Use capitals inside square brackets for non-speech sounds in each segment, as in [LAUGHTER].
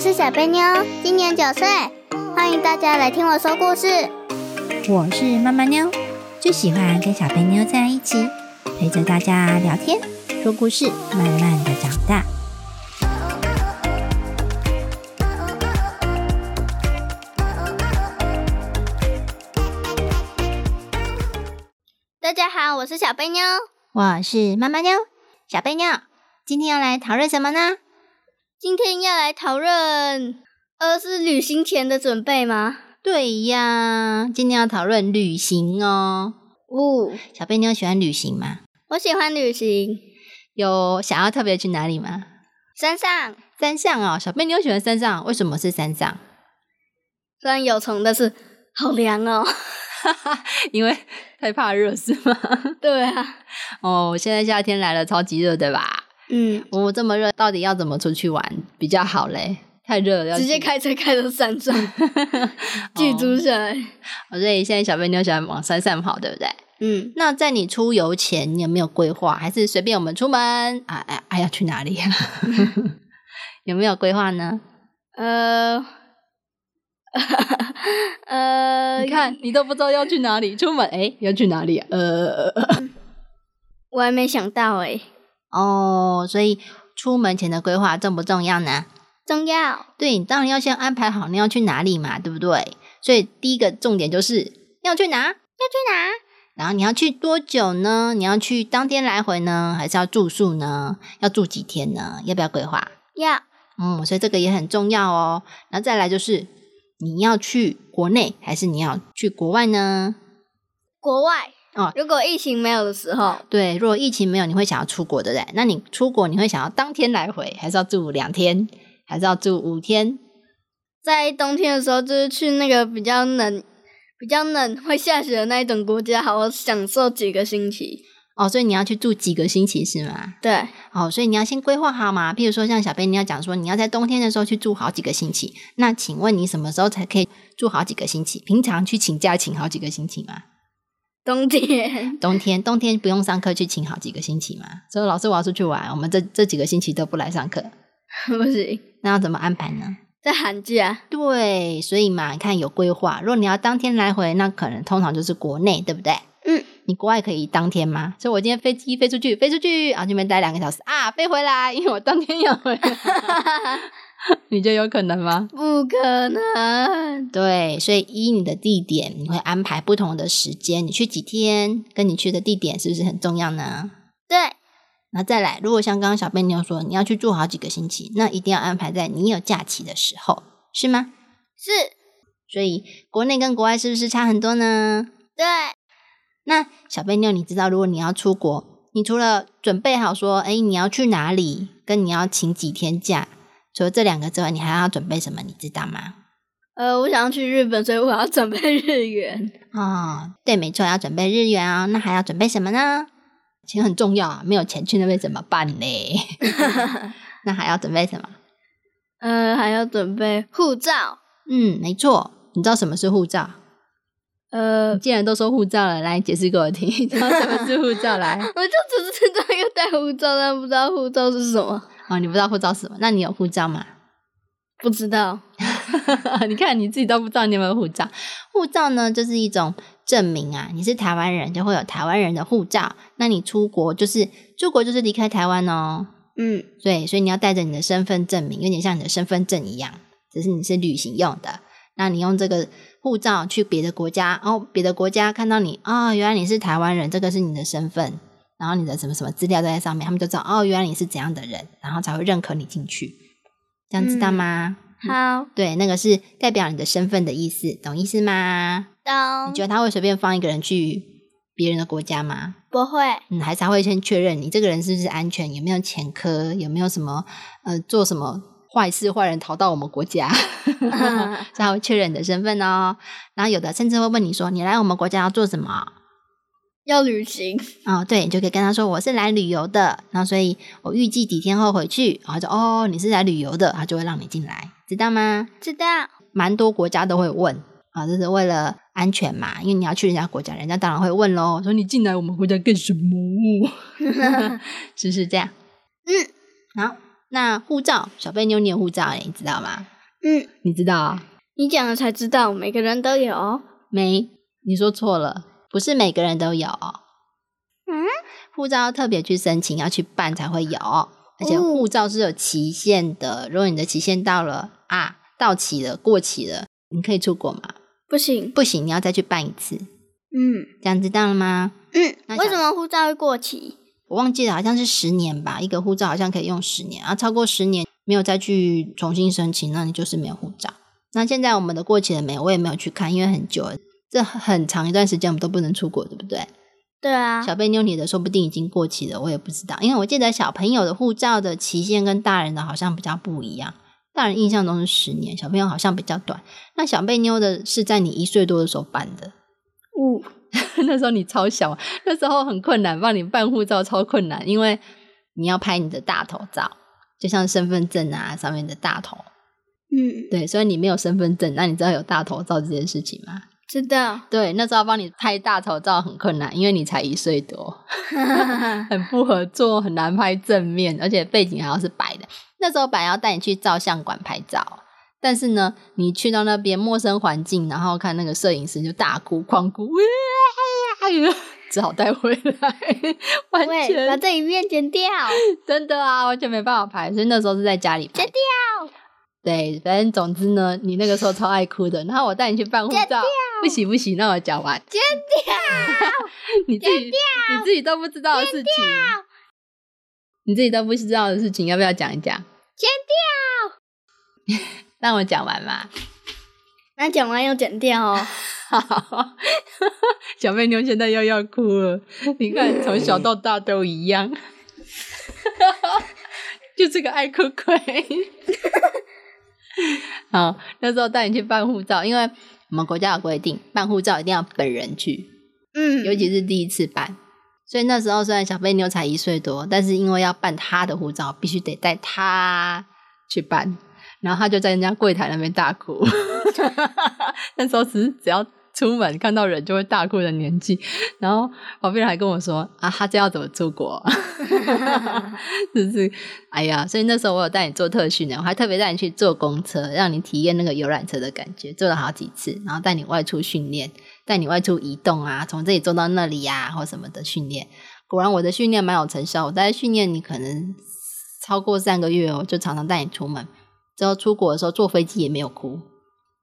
是小贝妞，今年九岁，欢迎大家来听我说故事。我是妈妈妞，最喜欢跟小贝妞在一起，陪着大家聊天、说故事，慢慢的长大。大家好，我是小贝妞。我是妈妈妞，小贝妞，今天要来讨论什么呢？今天要来讨论，呃，是旅行前的准备吗？对呀，今天要讨论旅行哦。哦，小贝妞喜欢旅行吗？我喜欢旅行，有想要特别去哪里吗？山上山上哦，小贝妞喜欢山上，为什么是山上？虽然有虫，但是好凉哦。 [LAUGHS] 因为太怕热是吗？对啊，哦，现在夏天来了，超级热对吧？嗯，我、这么热，到底要怎么出去玩比较好嘞？太热了，要直接去开车开到山 [LAUGHS] 上，巨哦猪下来。哦所以现在小贝妞喜欢往山上跑，对不对？嗯，那在你出游前，你有没有规划？还是随便我们出门啊？哎哎，要去 [LAUGHS] 哪里、有没有规划呢？呃， [LAUGHS] 呃，你看，你都不知道要去哪里，出门哎、要去哪里、啊？呃，我还没想到欸诶、哦，所以出门前的规划重不重要呢？重要。对你当然要先安排好你要去哪里嘛，对不对？所以第一个重点就是要去哪，去哪？然后你要去多久呢？你要去当天来回呢，还是要住宿呢？要住几天呢？要不要规划？要嗯，所以这个也很重要哦。然后再来就是你要去国内还是你要去国外呢？国外哦如果疫情没有的时候，对，如果疫情没有，你会想要出国，对不对？那你出国你会想要当天来回，还是要住两天，还是要住五天？在冬天的时候，就是去那个比较冷、比较冷 [LAUGHS] 会下雪的那一种国家，好好享受几个星期。哦，所以你要去住几个星期是吗？对，哦，所以你要先规划好嘛。譬如说，像小贝，你要讲说你要在冬天的时候去住好几个星期。那请问你什么时候才可以住好几个星期？平常去请假请好几个星期吗？冬天 [LAUGHS] 冬天，冬天不用上课去请好几个星期嘛？所以老师我要出去玩，我们这这几个星期都不来上课，不行，那要怎么安排呢？在寒假 [LAUGHS] 对，所以嘛，你看有规划。如果你要当天来回，那可能通常就是国内，对不对？嗯，你国外可以当天吗？所以我今天飞机飞出去，飞出去，然后这边待两个小时啊，飞回来，因为我当天要回来，你觉得有可能吗？不可能。对，所以依你的地点，你会安排不同的时间，你去几天，跟你去的地点是不是很重要呢？对，那再来，如果像刚刚小贝妞说，你要去住好几个星期，那一定要安排在你有假期的时候，是吗？是，所以国内跟国外是不是差很多呢？对，那小贝妞，你知道如果你要出国，你除了准备好说，哎，你要去哪里，跟你要请几天假，除了这两个之外，你还要准备什么？你知道吗？呃，我想要去日本，所以我要准备日元。哦，对，没错，要准备日元哦。那还要准备什么呢？钱很重要啊，没有钱去那边怎么办嘞？那还要准备什么？呃，还要准备护照。嗯，没错。你知道什么是护照？呃你，既然都说护照了，来解释给我听。你知道什么是护照来？ [LAUGHS] 我就只是知道要带护照，但不知道护照是什么，哦，你不知道护照是什么？那你有护照吗？不知道。你看你自己都不知道你有没有护照。护照呢，就是一种证明啊，你是台湾人就会有台湾人的护照。那你出国就是出国就是离开台湾哦。嗯，对，所以你要带着你的身份证明，有点像你的身份证一样，只是你是旅行用的。那你用这个护照去别的国家，然后别的国家看到你，哦，原来你是台湾人，这个是你的身份，然后你的什么什么资料都在上面，他们就知道，哦，原来你是怎样的人，然后才会认可你进去。这样知道嗯吗？好，对，那个是代表你的身份的意思，懂意思吗？你懂觉得他会随便放一个人去别人的国家吗？不会。嗯，还是他会先确认你这个人是不是安全，有没有前科，有没有什么呃做什么坏事，坏人逃到我们国家，所以他会确认你的身份哦。然后有的甚至会问你说，你来我们国家要做什么？要旅行，哦，对，你就可以跟他说我是来旅游的，然后所以我预计几天后回去，然后就哦你是来旅游的，他就会让你进来，知道吗？知道？蛮多国家都会问啊，这是为了安全嘛，因为你要去人家国家，人家当然会问喽，说你进来我们国家干什么？ [LAUGHS] 是不是这样？嗯嗯，好，那护照，小贝妞你有护照嘞，你知道吗？嗯，你知道啊？你讲了才知道，每个人都有。没，你说错了，不是每个人都有。嗯，护照要特别去申请，要去办才会有，而且护照是有期限的。如果你的期限到了啊，到期了，过期了，你可以出国吗？不行。不行，你要再去办一次。嗯这样知道了吗？那嗯，想为什么护照会过期？我忘记了，好像是十年吧，一个护照好像可以用十年，啊，超过十年没有再去重新申请，那你就是没有护照。那现在我们的过期了没？我也没有去看，因为很久了，这很长一段时间我们都不能出国，对不对？对啊，小贝妞你的说不定已经过期了，我也不知道，因为我记得小朋友的护照的期限跟大人的好像比较不一样，大人印象中是十年，小朋友好像比较短。那小贝妞的是在你一岁多的时候办的，五 [LAUGHS] 那时候你超小，那时候很困难，帮你办护照超困难，因为你要拍你的大头照，就像身份证啊上面的大头。嗯，对，虽然你没有身份证，那你知道有大头照这件事情吗？知 [LAUGHS] 道。对，那时候帮你拍大头照很困难，因为你才一岁多，很不合作，很难拍正面，而且背景还要是白的。那时候本来要带你去照相馆拍照，但是呢，你去到那边陌生环境，然后看那个摄影师就大哭狂哭，哎只好带回来， [LAUGHS] 完喂，把全这一面剪掉。 [LAUGHS] 真的啊，完全没办法拍，所以那时候是在家里拍。剪掉对，反正总之呢，你那个时候超爱哭的，然后我带你去办护剪照，不行不行，让我讲完。剪 [LAUGHS] 你自己你自己都不知道的事情，你自己都不知道的事情，要不要讲一讲？剪掉， [LAUGHS] 让我讲完嘛。那讲完又剪掉哦。好， [LAUGHS] 小贝妞现在又要哭了，你看从小到大都一样， [LAUGHS] 就是个爱哭鬼。 [LAUGHS] 好，那时候带你去办护照，因为我们国家有规定，办护照一定要本人去。 [LAUGHS] 嗯，尤其是第一次办。所以那时候虽然小贝妞才一岁多，但是因为要办她的护照，必须得带她去办，然后她就在人家柜台那边大哭。那时候只是只要出门看到人就会大哭的年纪，然后旁边人还跟我说：“啊，她这要怎么出国？”啊 [LAUGHS] 就是哎呀，所以那时候我有带你做特训啊呢，我还特别带你去坐公车，让你体验那个游览车的感觉，坐了好几次，然后带你外出训练。带你外出移动啊，从这里做到那里呀、或什么的训练。果然我的训练蛮有成效，我大概训练你可能超过三个月哦，我就常常带你出门。之后出国的时候坐飞机也没有哭，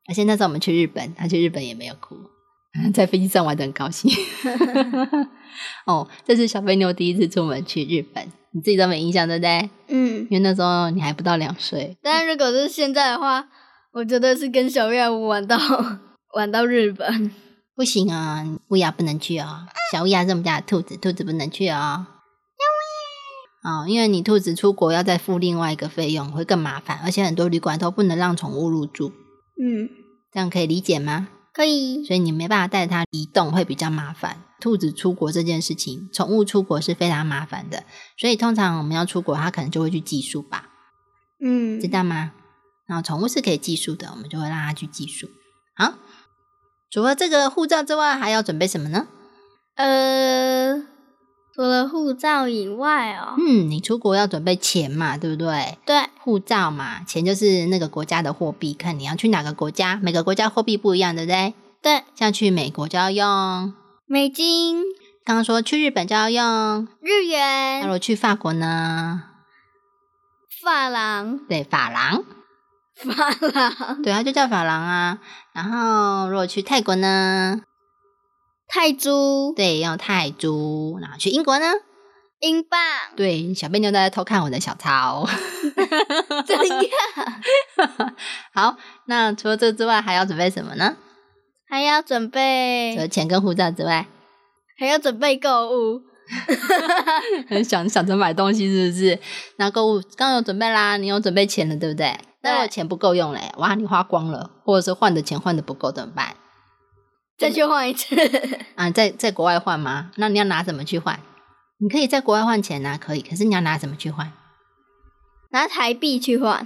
而且那时候我们去日本，他去日本也没有哭， [LAUGHS] 在飞机上玩的很高兴。 [LAUGHS] 哦，这是小飞妞第一次出门去日本，你自己都没印象对不对？嗯，因为那时候你还不到两岁，但如果是现在的话，我觉得是跟小月玩到 [LAUGHS] 玩到日本。不行啊，乌鸦不能去哦。小乌鸦是我们家的兔子，兔子不能去哦。哦，因为你兔子出国要再付另外一个费用，会更麻烦，而且很多旅馆都不能让宠物入住，嗯，这样可以理解吗？可以。所以你没办法带它移动，会比较麻烦。兔子出国这件事情，宠物出国是非常麻烦的，所以通常我们要出国，它可能就会去寄宿吧。嗯知，道吗？然后宠物是可以寄宿的，我们就会让它去寄宿。好，除了这个护照之外，还要准备什么呢？呃，除了护照以外哦，嗯，你出国要准备钱嘛，对不对？对，护照嘛，钱就是那个国家的货币，看你要去哪个国家，每个国家货币不一样，对不对？对，像去美国就要用，美金、刚刚说去日本就要用，日那如元、果去法国呢？法郎、对，法郎，法郎、对，它就叫法郎啊。然后如果去泰国呢？泰铢、对，用泰铢。然后去英国呢？英 [LAUGHS] 镑，对，小贝妞都在偷看我的小抄。 [LAUGHS] 怎样？好，那除了这之外，还要准备什么呢？还要准除了备，钱跟护照之外，还要准备购物。很想想着买东西，是不是？那购物刚有准备啦，你有准备钱了，对不对？那如果钱不够用嘞，哇，你花光了，或者是换的钱换的不够怎么办？再去换一 [LAUGHS] 次，啊，在在国外换吗？那你要拿什么去换？你可以在国外换钱呐、啊可以，可是你要拿什么去换？拿台币去换。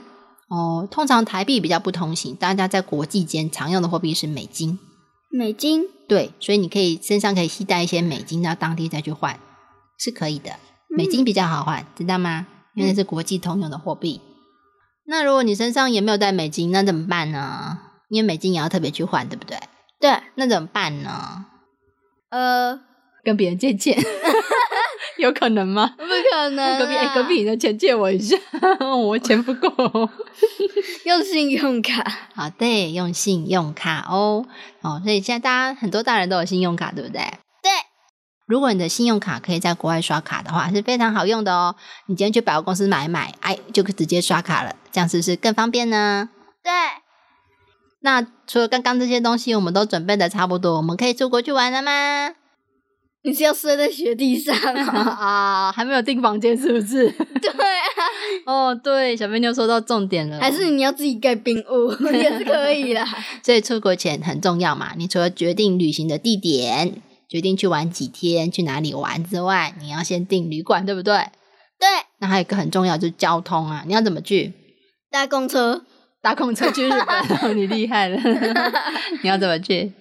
哦，通常台币比较不通行，大家在国际间常用的货币是美金，美金，对，所以你可以身上可以携带一些美金到当地再去换，是可以的。美金比较好换，知道吗？因为那是国际通用的货币。那如果你身上也没有带美金，那怎么办呢？因为美金也要特别去换，对不对？对，那怎么办呢？呃，跟别人借钱，有可能吗？不可能、啊，隔壁，哎、隔壁你的钱借我一下， [LAUGHS] 我钱不够。用信用卡，好，对，用信用卡哦。哦，所以现在大家很多大人都有信用卡，对不对？对。如果你的信用卡可以在国外刷卡的话，是非常好用的哦。你今天去百货公司买一买，哎，就直接刷卡了，这样是不是更方便呢？对，那除了刚刚这些东西，我们都准备的差不多，我们可以出国去玩了 [LAUGHS] 吗？你是要摔在雪地上啊？啊，还没有订房间是不 [LAUGHS] 是？对啊， [LAUGHS] 哦，对，小飞妞说到重点了，哦还是你要自己盖冰 [LAUGHS] 屋也是可以啦。所以出国前很重要嘛。你除了决定旅行的地点、决定去玩几天、去哪里玩之外，你要先订旅馆，对不对？对，那还有一个很重要就是交通啊，你要怎么去？搭公车，搭公车 [LAUGHS] 去日本，哦你厉 [LAUGHS] 害了。你要怎么去？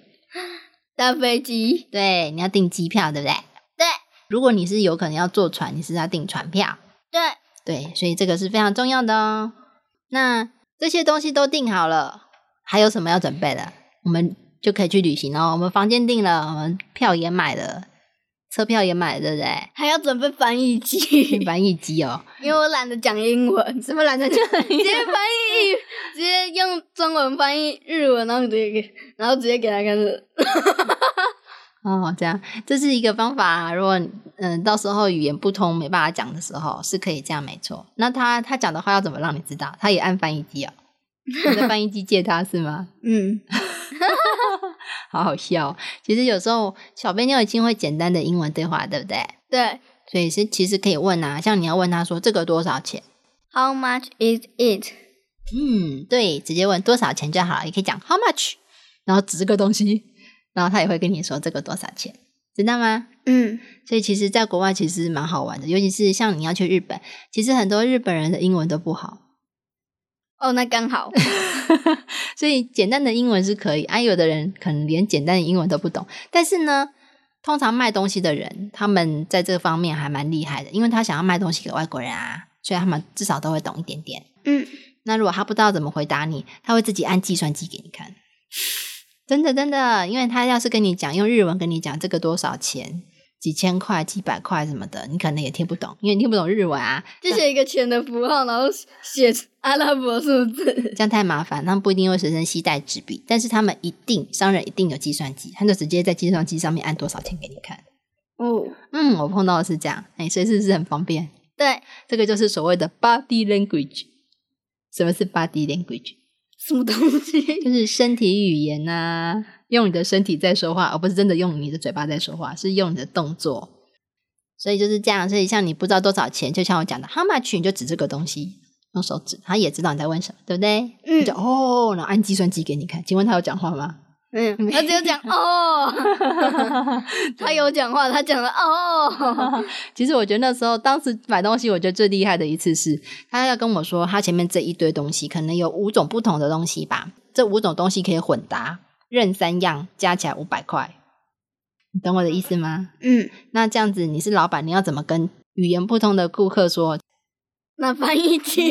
搭飞机，对，你要订机票，对不对？对如果你是有可能要坐船，你是要订船票，对，对，所以这个是非常重要的哦。那这些东西都订好了，还有什么要准备的？我们就可以去旅行哦。我们房间订了，我们票也买了，车票也买了，对不 [LAUGHS] 对？还要准备翻译机，翻译机哦， [LAUGHS] 因为我懒得讲英文，怎么懒得这直接翻译，直接用中文翻译日文，然后直接给，然后直接给他看的。哦，这样这是一个方法啊、如果嗯、呃到时候语言不通没办法讲的时候，是可以这样没错。那他他讲的话要怎么让你知道？他也按翻译机哦，你的翻译机借他是吗？嗯，好好笑哦、其实有时候小贝妞已经会简单的英文对话，对不对？对所以是其实可以问啊，像你要问他说这个多少钱？ ，How much is it？嗯，对，直接问多少钱就好了，也可以讲 how much，然后指这个东西，然后他也会跟你说这个多少钱，知道吗？嗯，所以其实，在国外其实蛮好玩的，尤其是像你要去日本，其实很多日本人的英文都不好， [LAUGHS] 哦，那刚好，所以简单的英文是可以，啊，有的人可能连简单的英文都不懂，但是呢，通常卖东西的人，他们在这方面还蛮厉害的，因为他想要卖东西给外国人啊，所以他们至少都会懂一点点。嗯，那如果他不知道怎么回答你，他会自己按计算机给你看。 [LAUGHS] 真的真的，因为他要是跟你讲用日文跟你讲这个多少钱，几千块、几百块什么的，你可能也听不懂，因为你听不懂日文啊，就写一个钱的符号，然后写阿拉伯数字。这样太麻烦，他们不一定会随身携带纸笔，但是他们一定商人一定有计算机，他就直接在计算机上面按多少钱给你看。哦，嗯，我碰到的是这样，哎、所以是不是很方便？对，这个就是所谓的 body language。什么是 body language？什么东西？就是身体语言呐、用你的身体在说话，哦而不是真的用你的嘴巴在说话，是用你的动作。所以就是这样，所以像你不知道多少钱，就像我讲的 how much，你就指这个东西，用手指，他也知道你在问什么，对不对？嗯你就哦，然后按计算机给你看。请问他有讲话吗？嗯，他只有讲 [LAUGHS] 哦，他有讲话，他讲了哦，其实我觉得那时候当时买东西，我觉得最厉害的一次是，他要跟我说他前面这一堆东西可能有五种不同的东西吧，这五种东西可以混搭，认三样加起来五百块，你懂我的意思吗？嗯，那这样子你是老板，你要怎么跟语言不通的顾客说？那翻译 [LAUGHS] 机，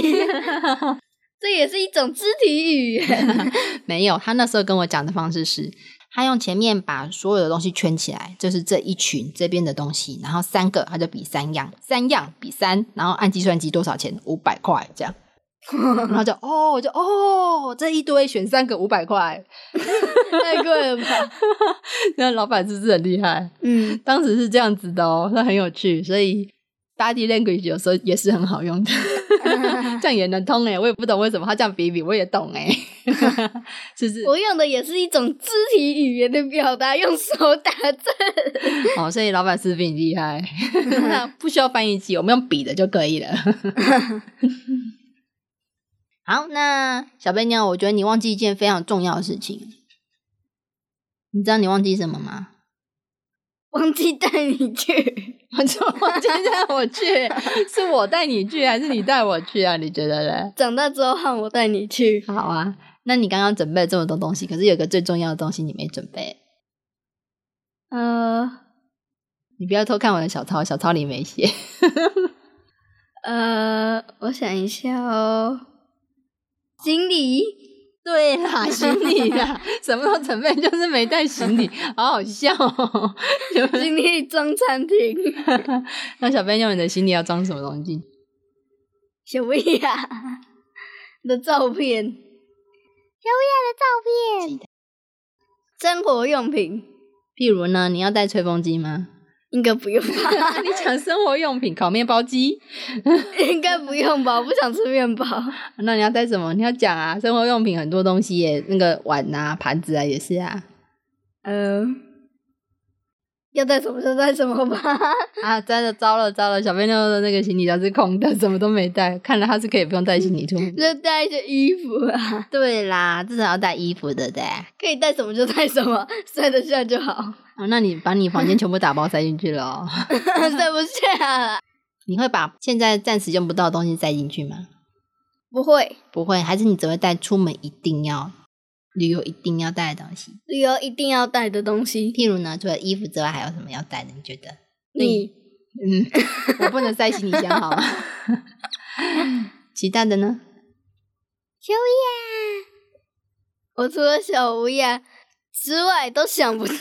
这也是一种肢体语言。没有，他那时候跟我讲的方式是，他用前面把所有的东西圈起来，就是这一群这边的东西，然后三个他就比三样，三样比三，然后按计算机多少钱，五百块这样。然后就哦，我就哦，这一堆选三个五百块， [LAUGHS] 太贵了吧？那老板是不是很厉害？嗯，当时是这样子的哦，那很有趣，所以 body language 有时候也是很好用的，这样也能通哎，我也不懂为什么他这样比一比，我也懂哎， [LAUGHS] 是不是？ [LAUGHS] 我用的也是一种肢体语言的表达，用手打字。哦，所以老板是比你厉害， [LAUGHS] 不需要翻译机，我们用比的就可以了。好，那小贝妞，我觉得你忘记一件非常重要的事情，你知道你忘记什么吗？ [LAUGHS] 忘记带你去， [LAUGHS] 我怎么今天带 [LAUGHS] 我去？是我带你去，还是你带我去啊？你觉得嘞？长大之后换我带你去。好啊，那你刚刚准备了这么多东西，可是有个最重要的东西你没准备，呃你不要偷看我的小抄，小抄里没写。呃，我想一下哦，行李，对 [LAUGHS] 啦，行李啦，什么都准备，就是没带行李，好好笑哦。 [LAUGHS] 行李装餐厅，那小朋友，你的行李要装什么东西？ [LAUGHS] 小薇啊娅的照片，小啊薇娅的照片，生活用品譬如呢，你要带吹风机吗？啊应该不用吧？ [LAUGHS] 你讲生活用品，烤面包机，应该不用吧？我不想吃面包，啊那你要带什么？你要讲啊，生活用品很多东西耶，那个碗啊、盘子啊也是啊。嗯、要带什么就带什么吧。 [LAUGHS] 啊，真的糟了糟了，小朋友的那个行李箱是空的， [LAUGHS] 什么都没带，看来他是可以不用带行李出门。就带一些衣服啊，[LAUGHS] [LAUGHS] 对啦，至少要带衣服的对。可以带什么就带什么，塞得下就好， [LAUGHS] 哦，那你把你房间全部打包塞进去了哦、 [LAUGHS] 塞不下你会把现在暂时用不到的东西塞进去吗？不会。不会，还是你只会带出门一定要旅游一定要带的东西？旅游一定要带的东西，譬如呢，除了衣服之外，还有什么要带的？你觉得？你嗯， [LAUGHS] 我不能塞行李箱好吗？ [LAUGHS] 其他的呢？小呀，啊我除了小乌鸦之外都想不到。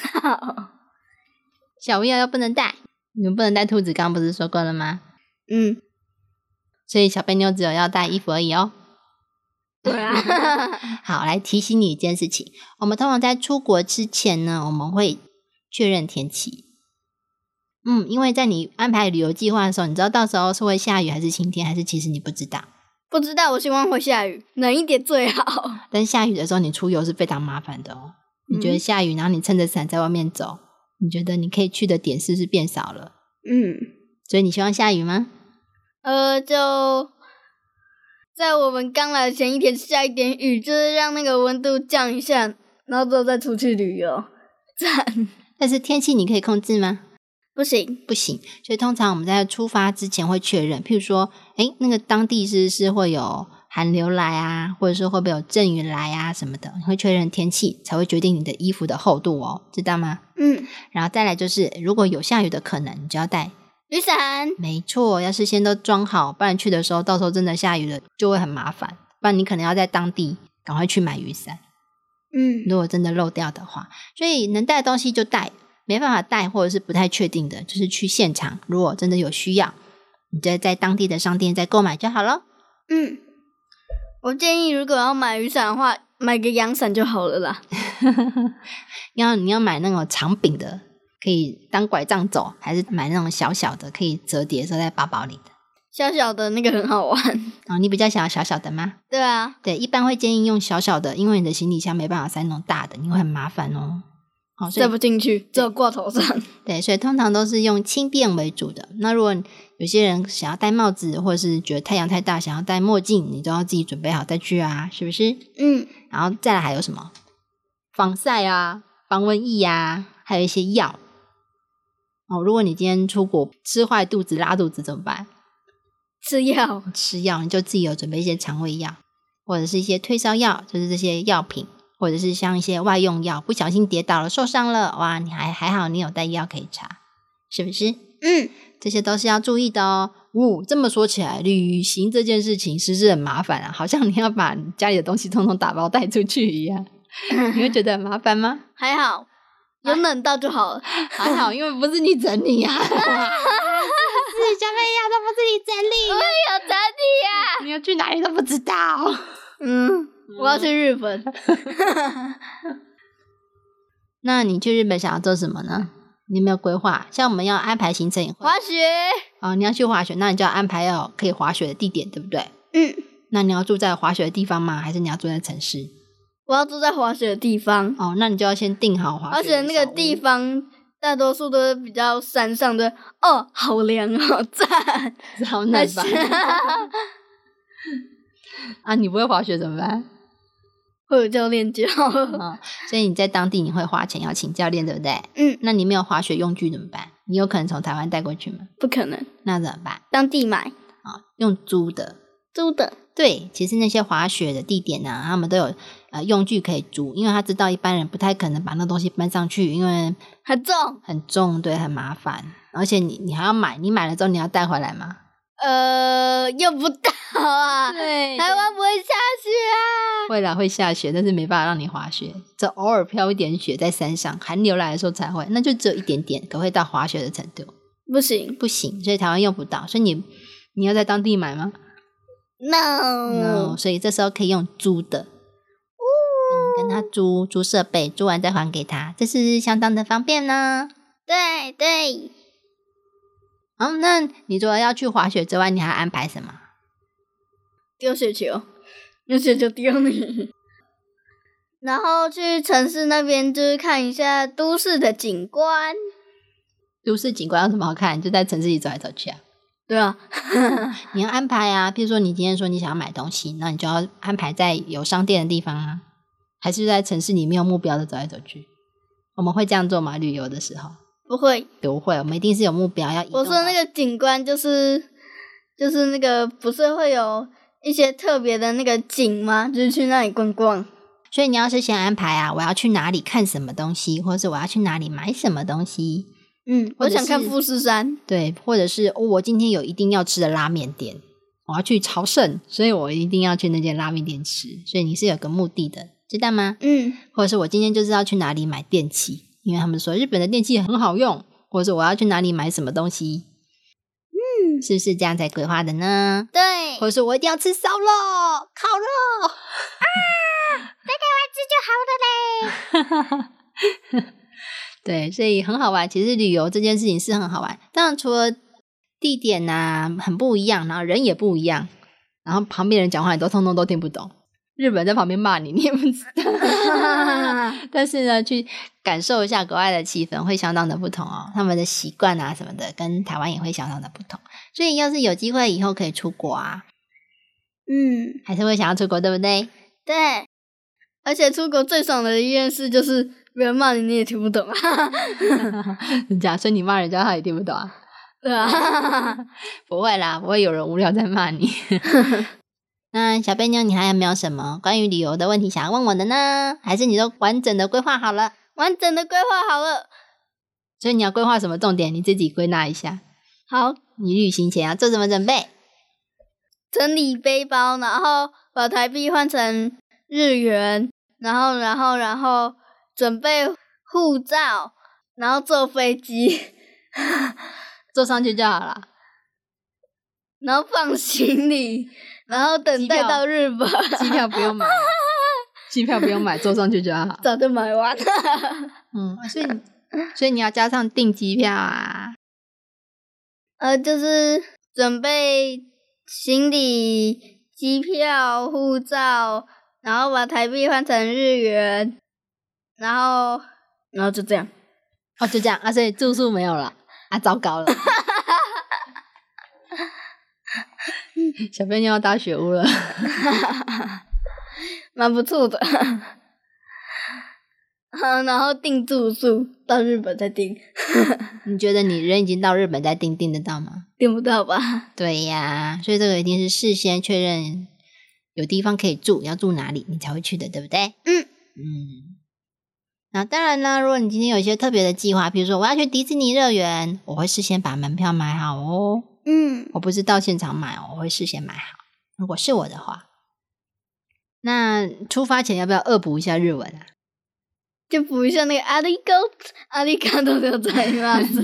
小乌鸦又不能带，你们不能带兔子，刚刚不是说过了吗？嗯，所以小贝妞只有要带衣服而已哦。对啊， [LAUGHS] 好，来提醒你一件事情，我们通常在出国之前呢，我们会确认天气。嗯，因为在你安排旅游计划的时候，你知道到时候是会下雨还是晴天，还是其实你不知道。不知道，我希望会下雨，冷一点最好。但下雨的时候，你出游是非常麻烦的哦。你觉得嗯下雨，然后你撑着伞在外面走，你觉得你可以去的点是不是变少了？嗯，所以你希望下雨吗？呃，就在我们刚来的前一天下一点雨，就是让那个温度降一下，然后之后再出去旅游。赞，但是天气你可以控制吗？不行，不行，所以通常我们在出发之前会确认，譬如说，诶，那个当地是是会有寒流来啊，或者说会不会有阵雨来啊什么的，你会确认天气才会决定你的衣服的厚度哦，知道吗？嗯，然后再来就是，如果有下雨的可能，你就要带。雨伞，没错，要事先都装好，不然去的时候到时候真的下雨了就会很麻烦，不然你可能要在当地赶快去买雨伞。嗯如果真的漏掉的话，所以能带的东西就带，没办法带或者是不太确定的，就是去现场，如果真的有需要，你再在当地的商店再购买就好了。嗯，我建议如果要买雨伞的话，买个阳伞就好了啦。要你要买那种长柄的，可以当拐杖走，还是买那种小小的可以折叠收在包包里的？小小的那个很好玩，哦，你比较想要小小的吗？对啊，对，一般会建议用小小的，因为你的行李箱没办法塞那种大的，你会很麻烦哦。好、所以塞不进去，只有挂头上。对，所以通常都是用轻便为主的。那如果有些人想要戴帽子，或者是觉得太阳太大，想要戴墨镜，你都要自己准备好再去啊，是不是？嗯，然后再来还有什么防晒啊、防瘟疫啊，还有一些药。哦，如果你今天出国吃坏肚子、拉肚子怎么办？ [LAUGHS] 吃药。吃药，你就自己有准备一些肠胃药，或者是一些退烧药，就是这些药品，或者是像一些外用药，不小心跌倒了、受伤了，哇，你还还好，你有带药可以查，是不是？嗯，这些都是要注意的哦。哦，这么说起来，旅行这件事情是不是很麻烦啊？好像你要把你家里的东西通通打包带出去一样，你会觉得很麻烦吗？ [LAUGHS] 还好，有冷到就好了。 [LAUGHS] 还好，因为不是你整理啊，是 [LAUGHS] 小朋友，都不是你整理，有整体呀、你要去哪里都不知道。嗯，我要去日本。 [LAUGHS] 那你去日本想要做什么呢？你有没有规划？像我们要安排行程也会滑雪。哦，你要去滑雪，那你就要安排要可以滑雪的地点，对不对？嗯，那你要住在滑雪的地方吗？还是你要住在城市？我要住在滑雪的地方，哦，那你就要先定好滑雪。而且那个地，方大多数都是比较山上的。哦，好凉哦， [LAUGHS] 赞！好难 [LAUGHS] 吧？是 [LAUGHS] 啊，你不会滑雪怎么办？ [LAUGHS] 会有教练教。 [LAUGHS] 哦，所以你在当地你会花钱要请教练，对不对？ [LAUGHS] 嗯，那你没有滑雪用具怎么办？你有可能从台湾带过去吗？不可能，那怎么办？当地买啊、用租的。租的。对，其实那些滑雪的地点呢、啊他们都有呃用具可以租，因为他知道一般人不太可能把那东西搬上去，因为很重，很重，对，很麻烦。而且你你还要买，你买了之后你要带回来吗？呃，用不到啊，对台湾不会下雪啊。 [LAUGHS] 未来会下雪，但是没办法让你滑雪，只偶尔飘一点雪在山上，寒流来的时候才会，那就只有一点点，可会到滑雪的程度，不行不行，所以台湾用不到，所以你你要在当地买吗？ ，no， no，所以这时候可以用租的，嗯，跟他租租设备，租完再还给他，这是相当的方便呢。对对，好，那你除了要去滑雪之外，你还安排什么？丢雪球，有雪球丢你。 [LAUGHS] 然后去城市那边，就是看一下都市的景观。都市景观有什么好看？就在城市里走来走去啊。对啊，你要安排啊，譬如说你今天说你想要买东西，那你就要安排在有商店的地方啊，还是在城市里没有目标的走来走去？我们会这样做吗？旅游的时候不会，不会，我们一定是有目标要移动我到。说那个景观就是就是那个不是会有一些特别的那个景吗？就是去那里逛逛。所以你要是先安排啊，我要去哪里看什么东西，或者是我要去哪里买什么东西，嗯，或我者想看是富士山。对，或者是、哦、我今天有一定要吃的拉面店，我要去朝圣，所以我一定要去那间拉面店吃。所以你是有个目的的，知道吗？嗯，或者是我今天就是要去哪里买电器，因为他们说日本的电器很好用，或者是我要去哪里买什么东西，嗯，是不是这样才规划的呢？对或者是我一定要吃烧肉、烤肉，对，所以很好玩。其实旅游这件事情是很好玩，当然除了地点呐、很不一样，然后人也不一样，然后旁边人讲话你都通通都听不懂，日本人在旁边骂你，你也不知道。 [LAUGHS] [LAUGHS] 但是呢，去感受一下国外的气氛会相当的不同哦，他们的习惯啊什么的，跟台湾也会相当的不同。所以要是有机会以后可以出国啊，嗯，还是会想要出国，对不对？ [LAUGHS] 对。而且出国最爽的一件事就是别人骂你你也听不懂啊，假设你骂人家，他也听不懂啊。 [LAUGHS] 对啊，不会啦，不会有人无聊在骂你。 [LAUGHS] 那小贝妞，你还有没有什么关于旅游的问题想要问我的呢？还是你都完整的规划好了？完整的规划好了，所以你要规划什么重点，你自己归纳一下。好，你旅行前要做什么准备？整理背包，然后把台币换成日元，然后然后然后准备护照，然后坐飞机， [LAUGHS] 坐上去就好了。然后放行李，然后等待机票到日本， [LAUGHS] 机票不用买，机票不用买，坐上去就好。早就买完了。 [LAUGHS] 嗯，所以所以你要加上订机票啊，呃，就是准备行李、机票、护照，然后把台币换成日元，然后然后就这样。哦，就这样啊，所以住宿没有了啊，糟糕了， [LAUGHS] 小朋友要搭雪屋了。蛮不错的。 [LAUGHS] 嗯，然后订住宿，到日本再订， [LAUGHS] 你觉得你人已经到日本再订订得到吗？订不到吧？对呀，所以这个一定是事先确认有地方可以住，要住哪里你才会去的，对不对？嗯嗯。那当然啦，如果你今天有一些特别的计划，比如说我要去迪士尼乐园，我会事先把门票买好哦，嗯，我不是到现场买哦，我会事先买好。如果是我的话，那出发前要不要恶补一下日文啊？ [LAUGHS] 就补一下那个阿里高阿里嘎多的在那斯。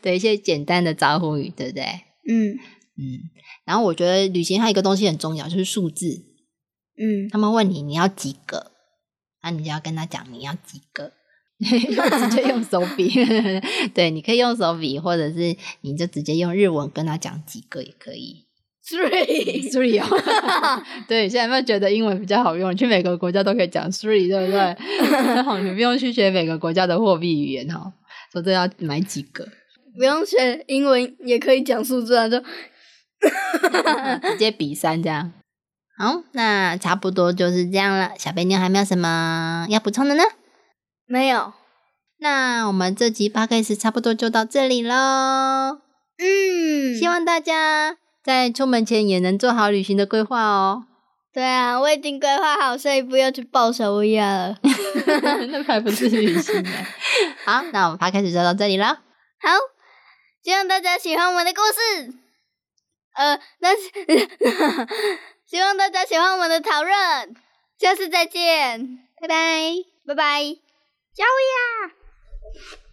对，一些简单的招呼语，对不对？ [LAUGHS] 嗯嗯，然后我觉得旅行还有一个东西很重要，就是数字。嗯，他们问你你要几个，那你就要跟他讲你要几个， [LAUGHS] 直接用手比。 [LAUGHS] 对，你可以用手比，或者是你就直接用日文跟他讲几个也可以。 three， three 哦，对，现在有没有觉得英文比较好用？去每个国家都可以讲 three，对不对？ [LAUGHS] 好，你不用去学每个国家的货币语言哦。说这要买几 [LAUGHS] 个，不用学英文也可以讲数字啊，就直接比三这样。好，那差不多就是这样了。小贝妞还没有什么要补充的呢？没有。那我们这集 p o d c a s 差不多就到这里喽。嗯，希望大家在出门前也能做好旅行的规划哦。对啊，我已经规划好下一步要去报首尔了。 [LAUGHS] 那还不是旅行欸呢。 [LAUGHS] 好，那我们 p o d c a s 就到这里了。好，希望大家喜欢我们的故事。呃，那是 [LAUGHS] 希望大家喜欢我们的讨论，下次再见，拜拜，拜拜，加油呀！